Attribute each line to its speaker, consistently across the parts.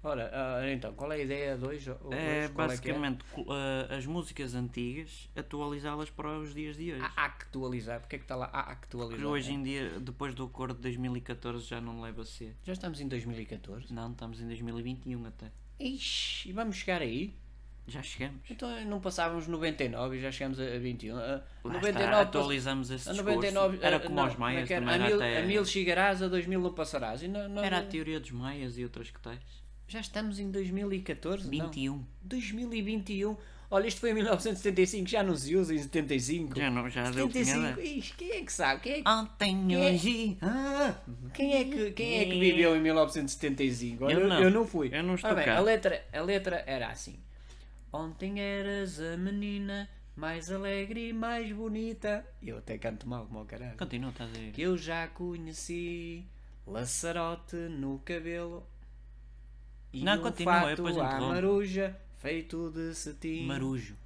Speaker 1: Ora, ah, então, qual é a ideia de hoje? Hoje,
Speaker 2: É
Speaker 1: qual é que é?
Speaker 2: basicamente co- ah, as músicas antigas, atualizá-las para os dias de hoje.
Speaker 1: A actualizar. Porque é que está lá a
Speaker 2: Porque
Speaker 1: actualizar?
Speaker 2: hoje em dia, depois do acordo de 2014, já não leva a ser.
Speaker 1: Já estamos em 2014.
Speaker 2: Não, estamos em 2021 até.
Speaker 1: Ixi, e vamos chegar aí?
Speaker 2: Já chegamos.
Speaker 1: Então não passávamos 99 e um. Ah, já chegamos a a 21. A- A
Speaker 2: Lá
Speaker 1: 99
Speaker 2: está,
Speaker 1: passou-
Speaker 2: atualizamos esse
Speaker 1: a
Speaker 2: discurso.
Speaker 1: 99
Speaker 2: era
Speaker 1: a-
Speaker 2: como
Speaker 1: ah, eh, não,
Speaker 2: aos maias,
Speaker 1: naquela-
Speaker 2: também
Speaker 1: a
Speaker 2: era
Speaker 1: mil,
Speaker 2: até...
Speaker 1: a mil chegarás, a 2000 não passarás. E não, não-
Speaker 2: Era a
Speaker 1: não-
Speaker 2: teoria dos maias e outras que tais.
Speaker 1: Já estamos em 2014?
Speaker 2: 21.
Speaker 1: Não. 2021. Olha, isto foi em 1975, já não se usa em 75.
Speaker 2: Já não, já deu
Speaker 1: 75.
Speaker 2: pinhada.
Speaker 1: Ixi, quem é que sabe? Quem é que,
Speaker 2: Ontem,
Speaker 1: é-
Speaker 2: hoje... ah.
Speaker 1: quem é que, quem é que viveu em 1975? Olha, eu, eu não.
Speaker 2: não.
Speaker 1: fui.
Speaker 2: Eu não estou
Speaker 1: Ora Ah, bem,
Speaker 2: cá.
Speaker 1: a letra, a letra era assim. Ontem eras a menina mais alegre e mais bonita. Eu até canto mal como ao caralho.
Speaker 2: Continua, estás a
Speaker 1: que
Speaker 2: ver.
Speaker 1: eu já conheci laçarote no cabelo e
Speaker 2: Não,
Speaker 1: um
Speaker 2: continua, eu depois
Speaker 1: fato à
Speaker 2: interrompo.
Speaker 1: maruja feito de cetim
Speaker 2: Marujo.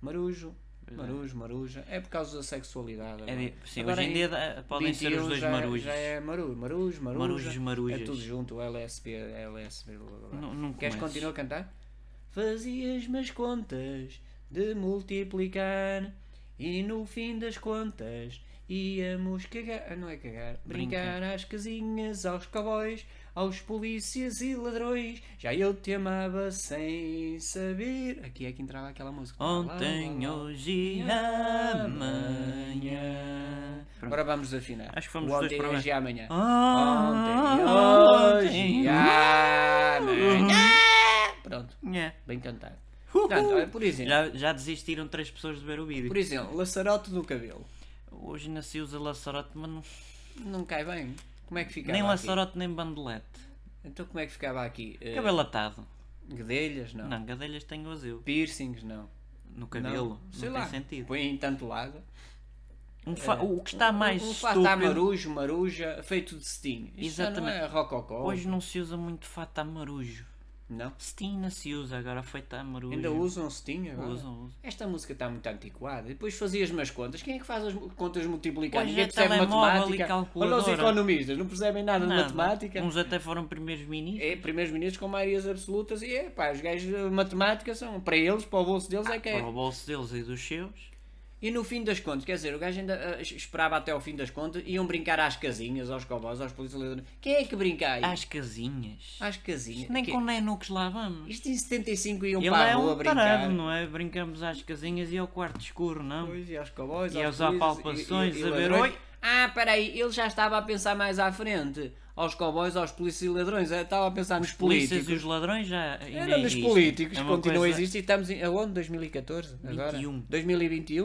Speaker 1: marujo marujo maruja é por causa da sexualidade
Speaker 2: É,
Speaker 1: agora.
Speaker 2: di- sim,
Speaker 1: Agora
Speaker 2: hoje em dia dá- podem ser os
Speaker 1: 21
Speaker 2: dois
Speaker 1: já,
Speaker 2: marujos.
Speaker 1: já é marujo marujo maruja,
Speaker 2: Marujos, marujas.
Speaker 1: é tudo junto LSP LSP blá, blá, blá.
Speaker 2: Não- não
Speaker 1: queres
Speaker 2: comeces.
Speaker 1: continuar a cantar fazias-me as contas de multiplicar e no fim das contas íamos cagar, ah, não é cagar, brincar às casinhas, aos cowboys, aos polícias e ladrões. Já eu te amava sem saber. Aqui é que entrava aquela música.
Speaker 2: Ontem,
Speaker 1: Lá, lá, lá, lá.
Speaker 2: hoje, amanhã.
Speaker 1: Agora vamos desafinar.
Speaker 2: Acho que fomos
Speaker 1: O
Speaker 2: os dois
Speaker 1: ontem,
Speaker 2: para
Speaker 1: hoje e amanhã. Ontem,
Speaker 2: Ontem,
Speaker 1: hoje e amanhã. Pronto,
Speaker 2: Nhé.
Speaker 1: bem cantado. Portanto, olha, por exemplo,
Speaker 2: Já, já desistiram três pessoas de ver o vídeo.
Speaker 1: por exemplo, laçarote no cabelo.
Speaker 2: Hoje nasci usa laçarote, mas não...
Speaker 1: Não cai bem. Como é que ficava
Speaker 2: nem
Speaker 1: aqui?
Speaker 2: laçarote nem bandelete.
Speaker 1: Então como é que ficava aqui? Eh,
Speaker 2: Cabelo atado.
Speaker 1: Guedelhas, não.
Speaker 2: Não, gadelhas tenho azul.
Speaker 1: Piercings, não.
Speaker 2: No cabelo. Não,
Speaker 1: Sei
Speaker 2: tem
Speaker 1: lá.
Speaker 2: sentido.
Speaker 1: Põe em tanto lado.
Speaker 2: Um fa- O que está mais
Speaker 1: um fato à
Speaker 2: estúpido...
Speaker 1: marujo, maruja, feito de cetim. Isto já não é rococó.
Speaker 2: Hoje não se usa muito fato a marujo.
Speaker 1: Não.
Speaker 2: Cetina se usa agora, feito a marujo.
Speaker 1: Ainda usam cetim agora?
Speaker 2: Usam, usam.
Speaker 1: Esta música está muito antiquada. E Depois fazias-me as contas. Quem é que faz as mu- contas multiplicadas?
Speaker 2: Hoje
Speaker 1: Ninguém
Speaker 2: é
Speaker 1: percebe
Speaker 2: telemóvel e
Speaker 1: matemática. Olha os
Speaker 2: calculadora.
Speaker 1: economistas, não percebem nada,
Speaker 2: Nada.
Speaker 1: de matemática.
Speaker 2: Uns até foram primeiros ministros.
Speaker 1: É, primeiros ministros com maiorias absolutas. E é pá, os gajos de matemática são para eles, para o bolso deles é que é.
Speaker 2: Ah, Para o bolso deles e dos seus.
Speaker 1: E no fim das contas, quer dizer, o gajo ainda ah, es- esperava até ao fim das contas, iam brincar às casinhas, aos cowboys, aos policiais. Quem é que brinca aí?
Speaker 2: Às casinhas.
Speaker 1: Às casinhas.
Speaker 2: Nem
Speaker 1: Quê?
Speaker 2: com nenucos lá vamos.
Speaker 1: Isto em 75 iam
Speaker 2: Ele
Speaker 1: para a
Speaker 2: é
Speaker 1: rua
Speaker 2: um
Speaker 1: brincar.
Speaker 2: tarado, não é? Brincamos às casinhas e ao quarto escuro, não?
Speaker 1: Pois, e aos cowboys,
Speaker 2: E
Speaker 1: aos
Speaker 2: aos
Speaker 1: polícias,
Speaker 2: apalpações,
Speaker 1: e- e- e
Speaker 2: a ver,
Speaker 1: ladrões.
Speaker 2: oi.
Speaker 1: Ah, peraí, ele já estava a pensar mais à frente. Aos cowboys, aos polícias e ladrões. Eu Estava a pensar nos
Speaker 2: Polícias
Speaker 1: políticos.
Speaker 2: e os ladrões já. ainda
Speaker 1: Era nos
Speaker 2: existem.
Speaker 1: políticos,
Speaker 2: É uma
Speaker 1: continua a
Speaker 2: coisa-
Speaker 1: existir. Estamos em aonde? 2014? Agora?
Speaker 2: 21.
Speaker 1: 2021?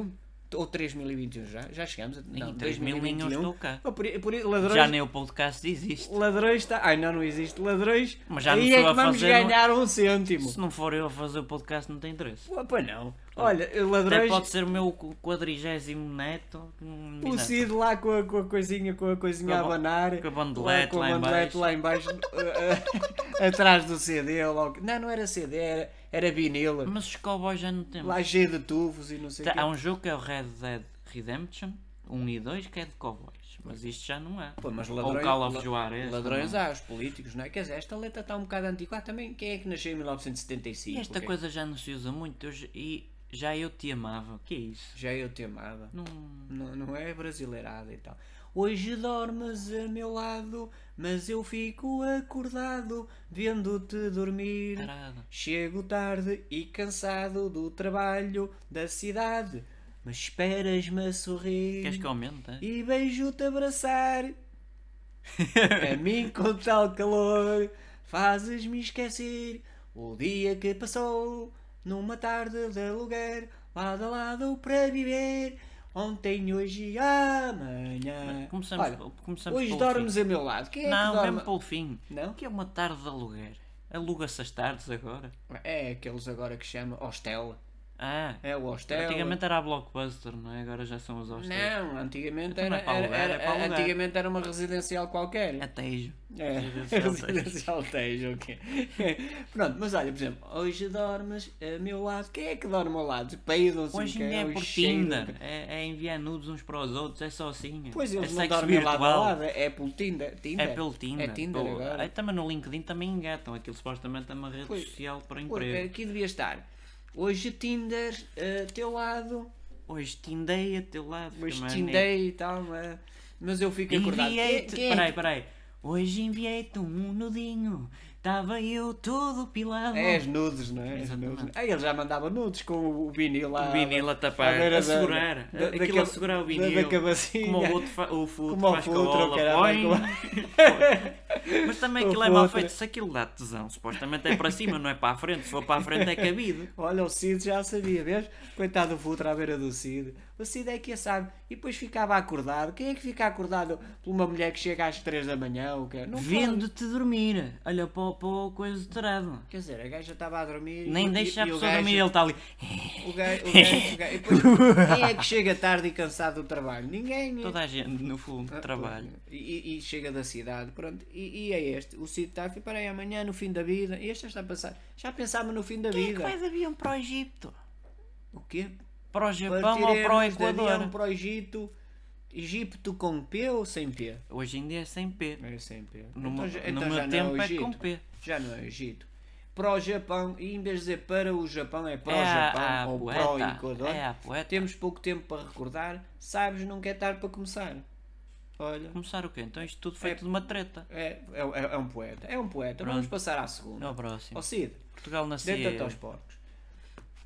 Speaker 1: Ou 3021 já? Já chegamos? a- Não,
Speaker 2: Em 2000 nem um eu estou cá.
Speaker 1: Oh, Por, por, ladrões,
Speaker 2: Já nem o podcast existe.
Speaker 1: ladrões está. Ai não, não existe. Ladrões.
Speaker 2: Mas já não
Speaker 1: aí
Speaker 2: sou
Speaker 1: é que
Speaker 2: a
Speaker 1: vamos
Speaker 2: fazer, não-
Speaker 1: ganhar um cêntimo.
Speaker 2: Se não for eu a fazer o podcast, não tem interesse.
Speaker 1: Pô, Pois não. Olha, ladrões.
Speaker 2: Até pode ser o meu qu- quadrigésimo neto. hum,
Speaker 1: O
Speaker 2: neto.
Speaker 1: Cid lá com a, com a coisinha, com a coisinha
Speaker 2: Com
Speaker 1: a
Speaker 2: a ba-
Speaker 1: abanar.
Speaker 2: com a bandelete lá em
Speaker 1: bandelete
Speaker 2: baixo.
Speaker 1: lá em baixo, eh, eh, atrás do CD. ou lá o quê. Não, não era CD, era, era vinil.
Speaker 2: Mas os cowboys já não temos.
Speaker 1: Lá cheio de tufos e não sei o
Speaker 2: Tá,
Speaker 1: quê.
Speaker 2: Há um jogo que é o Red Dead Redemption 1 e 2 que é de cowboys. Mas isto já não é.
Speaker 1: Pô, mas
Speaker 2: Ou o
Speaker 1: ladrões,
Speaker 2: Call of
Speaker 1: la-
Speaker 2: Juarez. é?
Speaker 1: ladrões
Speaker 2: também.
Speaker 1: há, os políticos, não é? Quer dizer, esta letra está um bocado antiquada também. Quem é que nasceu em 1975?
Speaker 2: E esta
Speaker 1: Ok.
Speaker 2: coisa já não se usa muito. eu já- e já eu te amava. Que é isso?
Speaker 1: Já eu te amava.
Speaker 2: Não-
Speaker 1: Não, não é brasileirada e tal. Hoje dormes a meu lado, mas eu fico acordado, vendo-te dormir.
Speaker 2: Tarado.
Speaker 1: Chego tarde e cansado do trabalho da cidade, mas esperas-me a sorrir.
Speaker 2: Queres que aumente? é?
Speaker 1: E beijo-te abraçar. a mim com tal calor, fazes-me esquecer o dia que passou numa tarde de aluguer, lado a lado para viver. Ontem, hoje e amanhã.
Speaker 2: Começamos,
Speaker 1: Olha,
Speaker 2: começamos
Speaker 1: hoje
Speaker 2: pelo
Speaker 1: dormes
Speaker 2: fim.
Speaker 1: a meu lado. Quem é que
Speaker 2: Não,
Speaker 1: dorme?
Speaker 2: mesmo pelo fim.
Speaker 1: Não?
Speaker 2: O que é uma tarde de aluguer? Aluga-se as tardes agora?
Speaker 1: É aqueles agora que chama hostel.
Speaker 2: Ah,
Speaker 1: É o hostel.
Speaker 2: antigamente era a Blockbuster, não é? Agora já são os hostels.
Speaker 1: Não, antigamente
Speaker 2: Então não
Speaker 1: era,
Speaker 2: é para
Speaker 1: era-
Speaker 2: alugar, é
Speaker 1: era-
Speaker 2: para alugar.
Speaker 1: antigamente era uma residencial qualquer.
Speaker 2: É Tejo.
Speaker 1: É,
Speaker 2: Residencial Tejo.
Speaker 1: residencial Tejo, ok. Pronto, mas olha, por exemplo, hoje dormes a meu lado. Quem é que dorme ao lado? Peidam-se
Speaker 2: Hoje
Speaker 1: um
Speaker 2: ninguém é
Speaker 1: bocado,
Speaker 2: por
Speaker 1: cheiram.
Speaker 2: Tinder, é, é enviar nudes uns para os outros, é só assim.
Speaker 1: Pois
Speaker 2: é
Speaker 1: eles não
Speaker 2: sexo
Speaker 1: dormem lado a
Speaker 2: virtual.
Speaker 1: lado, é pelo Tinder. Tinder.
Speaker 2: É pelo Tinder.
Speaker 1: É Tinder
Speaker 2: pô.
Speaker 1: agora.
Speaker 2: Aí também no LinkedIn também engatam, aquilo supostamente é uma rede
Speaker 1: Pois.
Speaker 2: social para
Speaker 1: Pô,
Speaker 2: emprego.
Speaker 1: aqui devia estar. Hoje Tinder, eh, teu lado,
Speaker 2: Hoje tindeia teu lado.
Speaker 1: mas
Speaker 2: fica mais
Speaker 1: Tinder e tal, mas, mas eu fico
Speaker 2: bonito.
Speaker 1: acordado. Quem-
Speaker 2: Enviei-te.
Speaker 1: quem é
Speaker 2: Peraí, peraí. Hoje enviei-te um nudinho, estava eu todo pilado.
Speaker 1: É as nudes, não é? As
Speaker 2: Exatamente.
Speaker 1: nudes. Ah, ele já mandava nudes com o o vinil lá.
Speaker 2: O vinil a
Speaker 1: à
Speaker 2: tapar,
Speaker 1: beira
Speaker 2: a
Speaker 1: da-
Speaker 2: segurar.
Speaker 1: da-
Speaker 2: aquilo
Speaker 1: daquela-
Speaker 2: a segurar o
Speaker 1: da-
Speaker 2: vinil.
Speaker 1: da cabacinha.
Speaker 2: como o outro fa- o futuro
Speaker 1: Como o
Speaker 2: faz com a
Speaker 1: outro,
Speaker 2: bola,
Speaker 1: caralho,
Speaker 2: põe. Põe. Mas também
Speaker 1: O
Speaker 2: aquilo é mal
Speaker 1: outro.
Speaker 2: feito, se aquilo dá tesão. Supostamente é para cima, não é para a frente. Se for para a frente é cabido.
Speaker 1: Olha, o Cid já sabia, vês? Coitado do Futra à beira do Cid. O Cid é que a sabe. E depois ficava acordado. Quem é que fica acordado por uma mulher que chega às 3 da manhã? O quê? Não pode.
Speaker 2: Vendo-te dormir. Olha para o- para o coisa do tarado.
Speaker 1: Quer dizer, a gaja estava a dormir.
Speaker 2: Nem
Speaker 1: e-
Speaker 2: deixa a
Speaker 1: e o
Speaker 2: pessoa
Speaker 1: gajo-
Speaker 2: dormir, ele está ali.
Speaker 1: O gajo, o gajo, o gajo. E depois, quem é que chega tarde e cansado do trabalho? Ninguém.
Speaker 2: Toda a gente, no fundo,
Speaker 1: Ah,
Speaker 2: trabalha.
Speaker 1: E, e- e chega da cidade, pronto. E, e é este. O Cid está a para aí amanhã, no fim da vida. Este está a pensar. Já pensava no fim da
Speaker 2: Quem é que
Speaker 1: vida.
Speaker 2: vai de avião para o Egito?
Speaker 1: O quê?
Speaker 2: Para o Japão ou para o
Speaker 1: Partiremos de avião
Speaker 2: Equador?
Speaker 1: para o Egito. Egito com P ou sem P?
Speaker 2: Hoje em dia é sem P.
Speaker 1: É sem P.
Speaker 2: No,
Speaker 1: então,
Speaker 2: meu-
Speaker 1: já-
Speaker 2: no
Speaker 1: então já
Speaker 2: meu tempo
Speaker 1: não é, o
Speaker 2: é com
Speaker 1: Egito.
Speaker 2: P.
Speaker 1: Já não é o Egito. Para o Japão, e em vez de dizer para o Japão, é para
Speaker 2: é
Speaker 1: o Japão
Speaker 2: a, a
Speaker 1: ou para o
Speaker 2: poeta.
Speaker 1: Equador.
Speaker 2: É a poeta.
Speaker 1: Temos pouco tempo para recordar. Sabes, não quer tarde para começar. Olha.
Speaker 2: Começar o quê? Então isto tudo feito de uma treta.
Speaker 1: É, é, é- é um poeta. É um poeta. Vamos passar à segunda.
Speaker 2: É o próximo.
Speaker 1: Ó Cid,
Speaker 2: Portugal na
Speaker 1: deita-te
Speaker 2: CIA.
Speaker 1: aos porcos.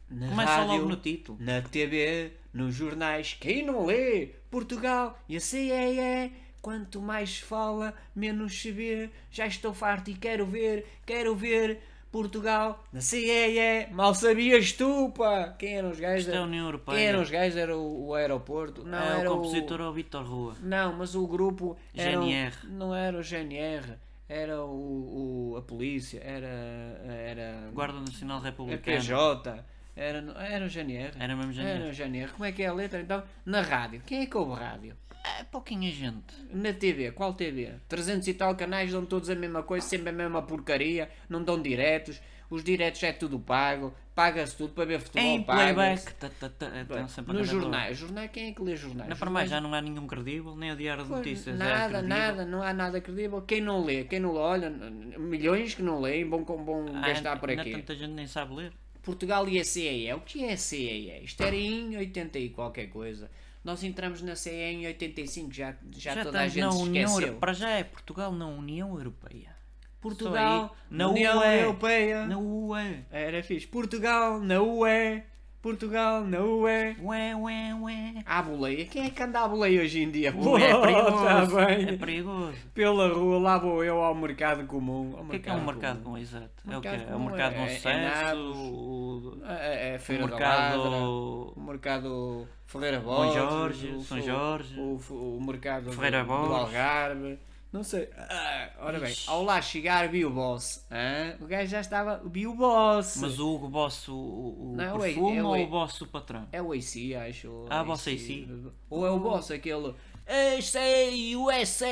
Speaker 1: Na
Speaker 2: Começa
Speaker 1: rádio,
Speaker 2: logo no título.
Speaker 1: na TV, nos jornais, quem não lê? Portugal e a CIA. Quanto mais se fala, menos se vê. Já estou farto e quero ver, quero ver Portugal na CIA. Mal sabias tu, pá! Quem eram os gajos?
Speaker 2: Isto é a
Speaker 1: Era- Quem
Speaker 2: União
Speaker 1: eram
Speaker 2: Europeia.
Speaker 1: os gajos? Era o, o aeroporto? Não,
Speaker 2: é
Speaker 1: era
Speaker 2: o compositor é o Vitor Rua.
Speaker 1: Não, mas o grupo era o-
Speaker 2: GNR.
Speaker 1: não era o GNR, era o, o- a polícia, era era
Speaker 2: Guarda Nacional
Speaker 1: a
Speaker 2: Republicana.
Speaker 1: PJ, era no- era o GNR.
Speaker 2: Era mesmo
Speaker 1: Era
Speaker 2: janeiro.
Speaker 1: o GNR. Como é que é a letra então? Na rádio. Quem é que ouve rádio?
Speaker 2: É pouquinha gente.
Speaker 1: Na TV, qual TV? 300 e tal canais dão todos a mesma coisa, sempre a mesma porcaria, não dão diretos, os diretos é tudo pago, paga-se tudo para ver futebol,
Speaker 2: Em
Speaker 1: paga-se.
Speaker 2: playback. Tá, ta- ta- ta-
Speaker 1: Bem,
Speaker 2: estão sempre a
Speaker 1: Nos
Speaker 2: cantar.
Speaker 1: jornais, jornais, quem é que lê jornais?
Speaker 2: Na para mais já não há nenhum credível, nem o Diário de
Speaker 1: Pois,
Speaker 2: Notícias. é
Speaker 1: nada,
Speaker 2: credível.
Speaker 1: nada, não há nada credível. Quem não lê, quem não lê, olha, milhões que não leem, bom com bom
Speaker 2: Ah,
Speaker 1: gastar por
Speaker 2: ainda
Speaker 1: aqui.
Speaker 2: tanta gente nem sabe ler.
Speaker 1: Portugal e a CEE, o que é a CEE? Isto era em 80 e qualquer coisa. Nós entramos na CEE em 85, já, já,
Speaker 2: Já
Speaker 1: toda a
Speaker 2: estamos
Speaker 1: gente
Speaker 2: na
Speaker 1: se
Speaker 2: União
Speaker 1: esqueceu.
Speaker 2: Europeia. Para já é Portugal na União Europeia.
Speaker 1: Portugal,
Speaker 2: Só aí. Na
Speaker 1: União
Speaker 2: UE.
Speaker 1: Europeia.
Speaker 2: Na UE.
Speaker 1: Era fixe. Portugal, na UE. Portugal, na UE.
Speaker 2: Ué, ué, ué.
Speaker 1: À boleia. Quem é que anda à boleia hoje em dia?
Speaker 2: Ui, é
Speaker 1: Pô, tá
Speaker 2: perigoso.
Speaker 1: bem.
Speaker 2: é perigoso.
Speaker 1: Pela rua, lá vou eu ao mercado comum. Ao
Speaker 2: O que é que é um mercado bom? Exato. É o que
Speaker 1: Mercado
Speaker 2: é? o
Speaker 1: bom
Speaker 2: mercado
Speaker 1: é-
Speaker 2: bom
Speaker 1: é
Speaker 2: sucesso.
Speaker 1: nabos.
Speaker 2: o- o-
Speaker 1: É, é a
Speaker 2: O
Speaker 1: Feira da Ladra,
Speaker 2: mercado.
Speaker 1: o mercado Ferreira Borges,
Speaker 2: Jorge,
Speaker 1: o,
Speaker 2: São
Speaker 1: o-
Speaker 2: Jorge.
Speaker 1: o, o, mercado do,
Speaker 2: Ferreira
Speaker 1: do
Speaker 2: Borges.
Speaker 1: Algarve, não sei. Ah, ora bem,
Speaker 2: Ixi.
Speaker 1: ao lá chegar vi o boss, Hã? o gajo já estava, vi o boss,
Speaker 2: Mas o Hugo Boss, o, o o
Speaker 1: Não, é o-
Speaker 2: perfume
Speaker 1: é o-
Speaker 2: ou o Boss, o patrão?
Speaker 1: é o AC acho, ou
Speaker 2: Ah,
Speaker 1: AC.
Speaker 2: boss AC.
Speaker 1: ou é o boss aquele, "Ei, sei, USA,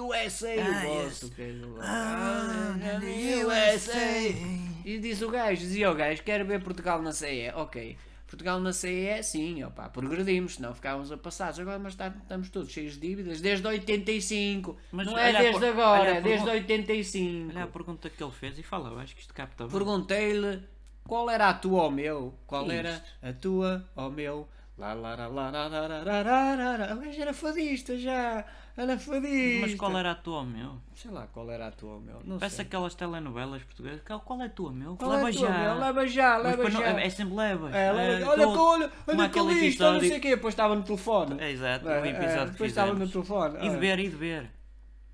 Speaker 1: USA,
Speaker 2: Ah,
Speaker 1: o boss,
Speaker 2: yes.
Speaker 1: o gajo lá. Ah, E diz o gajo, dizia o gajo, quero ver Portugal na CE. Ok. Portugal na CE, sim, opá, progredimos, senão ficávamos a passados. Agora, mas tá- estamos todos cheios de dívidas desde 85.
Speaker 2: Mas
Speaker 1: não é
Speaker 2: olha a
Speaker 1: desde
Speaker 2: por-
Speaker 1: agora,
Speaker 2: olha a
Speaker 1: é desde
Speaker 2: pergun-
Speaker 1: 85.
Speaker 2: Olha a pergunta que ele fez e fala, eu acho que isto capta bem.
Speaker 1: Perguntei-lhe qual era a tua ou meu. Qual
Speaker 2: Que
Speaker 1: era
Speaker 2: isto?
Speaker 1: a tua ou meu. Lá, lá, lá, lá, lá, lá, lá, lá, lá, lá, lá. O gajo era fadista já. Era fadista.
Speaker 2: Mas qual é? era a tua, meu?
Speaker 1: Sei lá qual era a tua ou meu. Não
Speaker 2: Parece
Speaker 1: sei.
Speaker 2: aquelas telenovelas portuguesas. Qual, qual é a tua, meu?
Speaker 1: Qual
Speaker 2: leva
Speaker 1: é a tua,
Speaker 2: já.
Speaker 1: meu? Leva já,
Speaker 2: Mas
Speaker 1: leva
Speaker 2: depois não-
Speaker 1: já.
Speaker 2: é sempre levas.
Speaker 1: É, olha, olha,
Speaker 2: É, todo-
Speaker 1: que olha,
Speaker 2: como
Speaker 1: olha que
Speaker 2: aquele
Speaker 1: lixo, olha não sei o
Speaker 2: um episódio-
Speaker 1: quê, depois estava no telefone.
Speaker 2: É,
Speaker 1: É,
Speaker 2: Exato, o
Speaker 1: é,
Speaker 2: episódio que
Speaker 1: depois estava no
Speaker 2: fizemos.
Speaker 1: telefone.
Speaker 2: E
Speaker 1: ah.
Speaker 2: de ver, e de ver.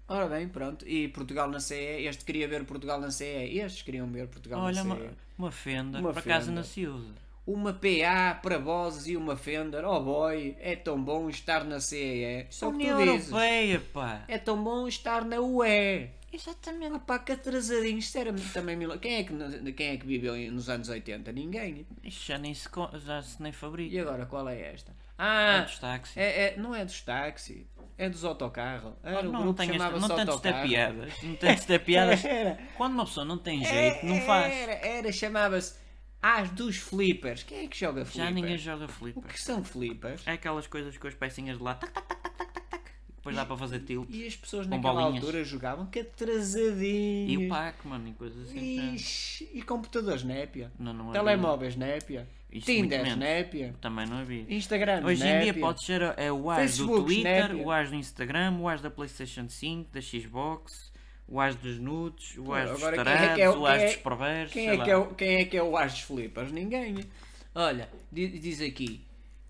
Speaker 1: Ora bem, pronto, e Portugal na CE, este queria ver Portugal na CE, estes queriam ver Portugal
Speaker 2: Olha,
Speaker 1: na
Speaker 2: uma,
Speaker 1: CE.
Speaker 2: uma fenda,
Speaker 1: Uma
Speaker 2: por acaso
Speaker 1: fenda.
Speaker 2: não se usa.
Speaker 1: uma PA para Bose e uma Fender. Oh boy, é tão bom estar na CEE. Só que
Speaker 2: União
Speaker 1: tu dizes.
Speaker 2: Europeia, pá.
Speaker 1: É tão bom estar na
Speaker 2: É.
Speaker 1: UE. Ah
Speaker 2: Exatamente.
Speaker 1: pá, que atrasadinhos. Isto era também... mil- Quem é, que, nos- quem é que viveu em- nos anos 80? Ninguém.
Speaker 2: Isto já nem se, co- já se nem fabrica.
Speaker 1: E agora, qual é esta? Ah,
Speaker 2: É dos táxis.
Speaker 1: é- é- não é dos táxi, é dos autocarro. Era
Speaker 2: Oh,
Speaker 1: o grupo que
Speaker 2: tenhas-
Speaker 1: chamava-se
Speaker 2: não tanto
Speaker 1: autocarro.
Speaker 2: de ter piadas. Não tanto de ter piadas.
Speaker 1: Era.
Speaker 2: Quando uma pessoa não tem jeito, não faz.
Speaker 1: Era, era chamava-se As dos Flippers. Quem é que joga
Speaker 2: Já
Speaker 1: flippers?
Speaker 2: ninguém joga
Speaker 1: O
Speaker 2: flipper.
Speaker 1: que são flippers?
Speaker 2: É aquelas coisas com as pecinhas de lá. Tac, tac, tac, tac, tac, tac, tac. Depois dá para fazer tilt.
Speaker 1: E as pessoas
Speaker 2: Com
Speaker 1: naquela
Speaker 2: bolinhas.
Speaker 1: altura jogavam que é
Speaker 2: E
Speaker 1: atrasadinhos.
Speaker 2: o Pac-Man e coisas assim. tá?
Speaker 1: Ixi, e computadores népia.
Speaker 2: Não, não havia.
Speaker 1: Telemóveis népia.
Speaker 2: Isso muito
Speaker 1: Tinder
Speaker 2: menos.
Speaker 1: népia.
Speaker 2: Também não havia.
Speaker 1: Instagram
Speaker 2: Hoje em
Speaker 1: népia.
Speaker 2: dia pode ser é o as do
Speaker 1: Facebook,
Speaker 2: Twitter,
Speaker 1: Snap.
Speaker 2: o as do Instagram, o as da Playstation 5, da Xbox, o as dos nudes, o as dos
Speaker 1: Agora, quem é
Speaker 2: tarados,
Speaker 1: que é o-
Speaker 2: o as
Speaker 1: quem é-
Speaker 2: dos perversos,
Speaker 1: Quem
Speaker 2: sei
Speaker 1: é,
Speaker 2: lá.
Speaker 1: que é o, quem é que é o as dos Flippers? Ninguém. Olha, di- diz aqui: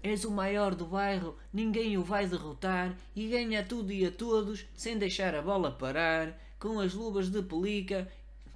Speaker 1: És o maior do bairro, ninguém o vai derrotar e ganha a tudo e a todos sem deixar a bola parar. Com as luvas de pelica,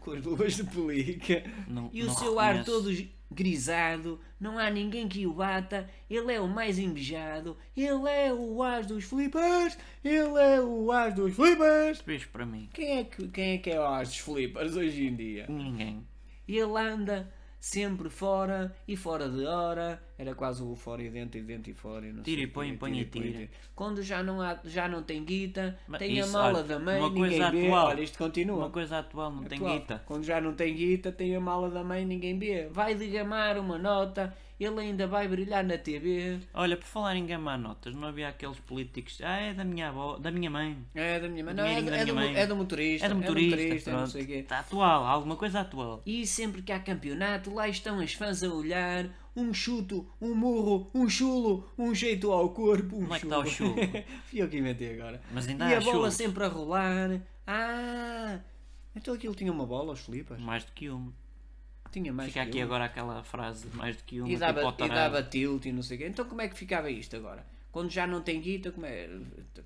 Speaker 1: com as luvas de pelica
Speaker 2: Não-
Speaker 1: e o
Speaker 2: não
Speaker 1: seu ar
Speaker 2: reconheço.
Speaker 1: todo grisado, não há ninguém que o bata. Ele é o mais embejado, ele é o as dos Flippers, ele é o as dos Flippers.
Speaker 2: Beijo para mim.
Speaker 1: Quem é que, quem é, que é o as dos Flippers hoje em dia?
Speaker 2: Ninguém.
Speaker 1: E ele anda sempre fora e fora de hora. Era quase o fora e dentro e dentro e fora. e não
Speaker 2: Tira
Speaker 1: sei
Speaker 2: e
Speaker 1: o quê,
Speaker 2: põe, põe e tira.
Speaker 1: Quando já não, há, já não tem guita,
Speaker 2: Mas
Speaker 1: tem
Speaker 2: isso,
Speaker 1: a mala
Speaker 2: olha,
Speaker 1: da mãe,
Speaker 2: uma
Speaker 1: ninguém
Speaker 2: coisa
Speaker 1: vê.
Speaker 2: atual.
Speaker 1: Olha, isto continua. É
Speaker 2: Uma coisa atual, não tem
Speaker 1: Atual.
Speaker 2: guita.
Speaker 1: Quando já não tem guita, tem a mala da mãe, ninguém vê. Vai de gamar uma nota, ele ainda vai brilhar na TV.
Speaker 2: Olha, por falar em gamar notas, não havia aqueles políticos. Ah, é da minha avó, da minha mãe.
Speaker 1: É da minha mãe. Não, é,
Speaker 2: Dinheirinho
Speaker 1: do-
Speaker 2: da
Speaker 1: é, do,
Speaker 2: minha mãe.
Speaker 1: é do motorista.
Speaker 2: É do motorista,
Speaker 1: é não
Speaker 2: pronto.
Speaker 1: sei o quê.
Speaker 2: Está atual, alguma coisa atual.
Speaker 1: E sempre que há campeonato, lá estão as fãs a olhar. Um chuto, um murro, um chulo, um jeito ao corpo, um
Speaker 2: Como é que
Speaker 1: chulo.
Speaker 2: está o chulo?
Speaker 1: Fui eu que inventei agora.
Speaker 2: Mas ainda
Speaker 1: E
Speaker 2: há
Speaker 1: a bola
Speaker 2: chulos.
Speaker 1: sempre a rolar. Ah! Então aquilo tinha uma bola, os flipas?
Speaker 2: Mais do que uma.
Speaker 1: Tinha mais
Speaker 2: Fica
Speaker 1: que
Speaker 2: aqui
Speaker 1: uma.
Speaker 2: agora aquela frase, mais do que uma.
Speaker 1: E
Speaker 2: tipo
Speaker 1: dava,
Speaker 2: ao
Speaker 1: e
Speaker 2: tarado.
Speaker 1: dava tilt e não sei o quê. Então como é que ficava isto agora? Quando já não tem guita, como é?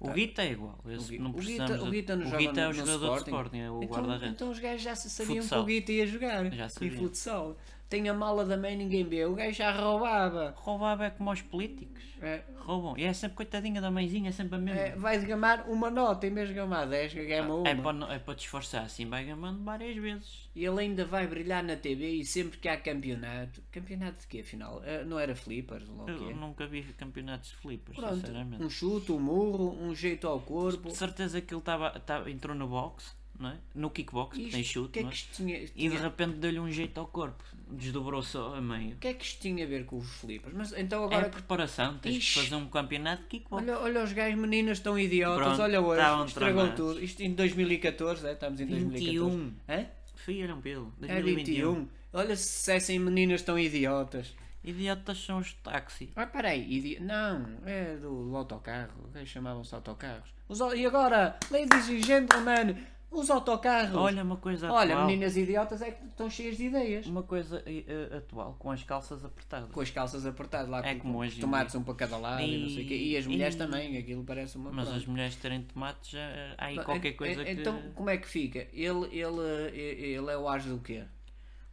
Speaker 2: O Guita é igual, esse
Speaker 1: Gui-
Speaker 2: não
Speaker 1: o Guita-
Speaker 2: precisamos. de-
Speaker 1: o Guita não
Speaker 2: o
Speaker 1: joga
Speaker 2: Guita é
Speaker 1: no-
Speaker 2: o
Speaker 1: no
Speaker 2: jogador de
Speaker 1: Sporting.
Speaker 2: Sporting, é o
Speaker 1: Então,
Speaker 2: guarda-redes.
Speaker 1: então os gajos já se sabiam
Speaker 2: Futsal.
Speaker 1: que o Guita ia jogar.
Speaker 2: Já
Speaker 1: e
Speaker 2: sabiam.
Speaker 1: futsal. Tem a mala da mãe, ninguém vê. O gajo já roubava.
Speaker 2: Roubava é como aos políticos.
Speaker 1: É,
Speaker 2: Roubam. E é sempre coitadinha da mãezinha, é sempre a mesma.
Speaker 1: é,
Speaker 2: É,
Speaker 1: vai de gamar uma nota em vez de gamar 10, que gama uma.
Speaker 2: para, não- é para disfarçar, assim vai gamando várias vezes.
Speaker 1: E ele ainda vai brilhar na TV e sempre que há campeonato. Campeonato de quê, afinal? Eh, não era flippers? Ou lá
Speaker 2: Eu
Speaker 1: o quê?
Speaker 2: nunca vi campeonatos de flippers,
Speaker 1: Pronto,
Speaker 2: sinceramente.
Speaker 1: um chute, um murro, um jeito ao corpo.
Speaker 2: De certeza que ele tava, tava- entrou no boxe, não é? no kickbox, que tem
Speaker 1: Isto, o
Speaker 2: chute,
Speaker 1: que é
Speaker 2: não
Speaker 1: que
Speaker 2: é?
Speaker 1: isto tinha,
Speaker 2: e
Speaker 1: tinha-
Speaker 2: de repente deu-lhe um jeito ao corpo, desdobrou só a meio.
Speaker 1: o que é que isto tinha a ver com os flippers? Mas então
Speaker 2: É
Speaker 1: agora.
Speaker 2: a preparação, tens
Speaker 1: Ixi.
Speaker 2: que fazer um campeonato de kickbox.
Speaker 1: Olha, olha os gajos, meninas tão idiotas,
Speaker 2: Pronto,
Speaker 1: olha hoje,
Speaker 2: estavam
Speaker 1: estragou
Speaker 2: tramados.
Speaker 1: tudo. Isto em 2014, é? estamos em 2014.
Speaker 2: 21.
Speaker 1: Hã?
Speaker 2: Fui, era um pelo.
Speaker 1: É
Speaker 2: 2021.
Speaker 1: 21. Olha se dissessem meninas tão idiotas.
Speaker 2: Idiotas são os táxis.
Speaker 1: Ah, peraí, idi... não, é do, do autocarro, eles chamavam-se autocarros. Os, au- e agora, ladies and gentlemen, os autocarros.
Speaker 2: Olha uma coisa
Speaker 1: Olha,
Speaker 2: atual.
Speaker 1: meninas idiotas é que estão cheias de ideias.
Speaker 2: Uma coisa eh, eh, atual, com as calças apertadas.
Speaker 1: Com as calças apertadas lá,
Speaker 2: É
Speaker 1: com
Speaker 2: como hoje em
Speaker 1: tomates um para cada lado e, não sei o quê. E as
Speaker 2: E-
Speaker 1: mulheres
Speaker 2: e-
Speaker 1: também, aquilo parece uma
Speaker 2: Mas
Speaker 1: pronto.
Speaker 2: as mulheres terem tomate já eh, há aí
Speaker 1: Bom,
Speaker 2: qualquer
Speaker 1: en-
Speaker 2: coisa
Speaker 1: en-
Speaker 2: que.
Speaker 1: Então, como é que fica? Ele, ele, eh, ele é o as do quê?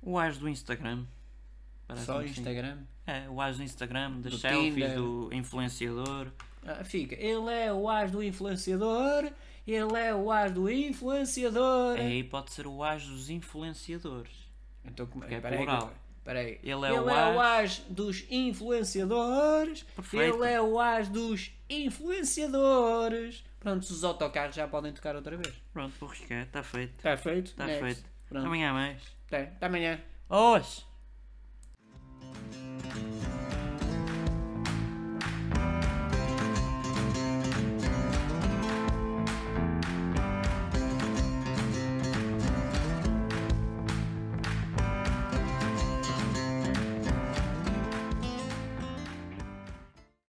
Speaker 2: O as do Instagram. Parece-me
Speaker 1: Só
Speaker 2: que sim.
Speaker 1: Instagram?
Speaker 2: É, o as do Instagram, das
Speaker 1: Do
Speaker 2: selfies,
Speaker 1: Tinder.
Speaker 2: do influenciador.
Speaker 1: Ah, fica. Ele é o as do influenciador. Ele é o as do influenciador.
Speaker 2: Aí É, pode ser o as dos influenciadores.
Speaker 1: Então, como
Speaker 2: é
Speaker 1: peraí,
Speaker 2: plural.
Speaker 1: peraí.
Speaker 2: Ele é o
Speaker 1: as dos influenciadores.
Speaker 2: Perfeito.
Speaker 1: Ele é o as dos influenciadores. Pronto, os autocarros já podem tocar outra vez.
Speaker 2: Pronto, vou riscar, está tá feito.
Speaker 1: Está feito?
Speaker 2: Está
Speaker 1: Next.
Speaker 2: feito.
Speaker 1: Pronto.
Speaker 2: Amanhã há mais.
Speaker 1: Até, até amanhã.
Speaker 2: Hoje!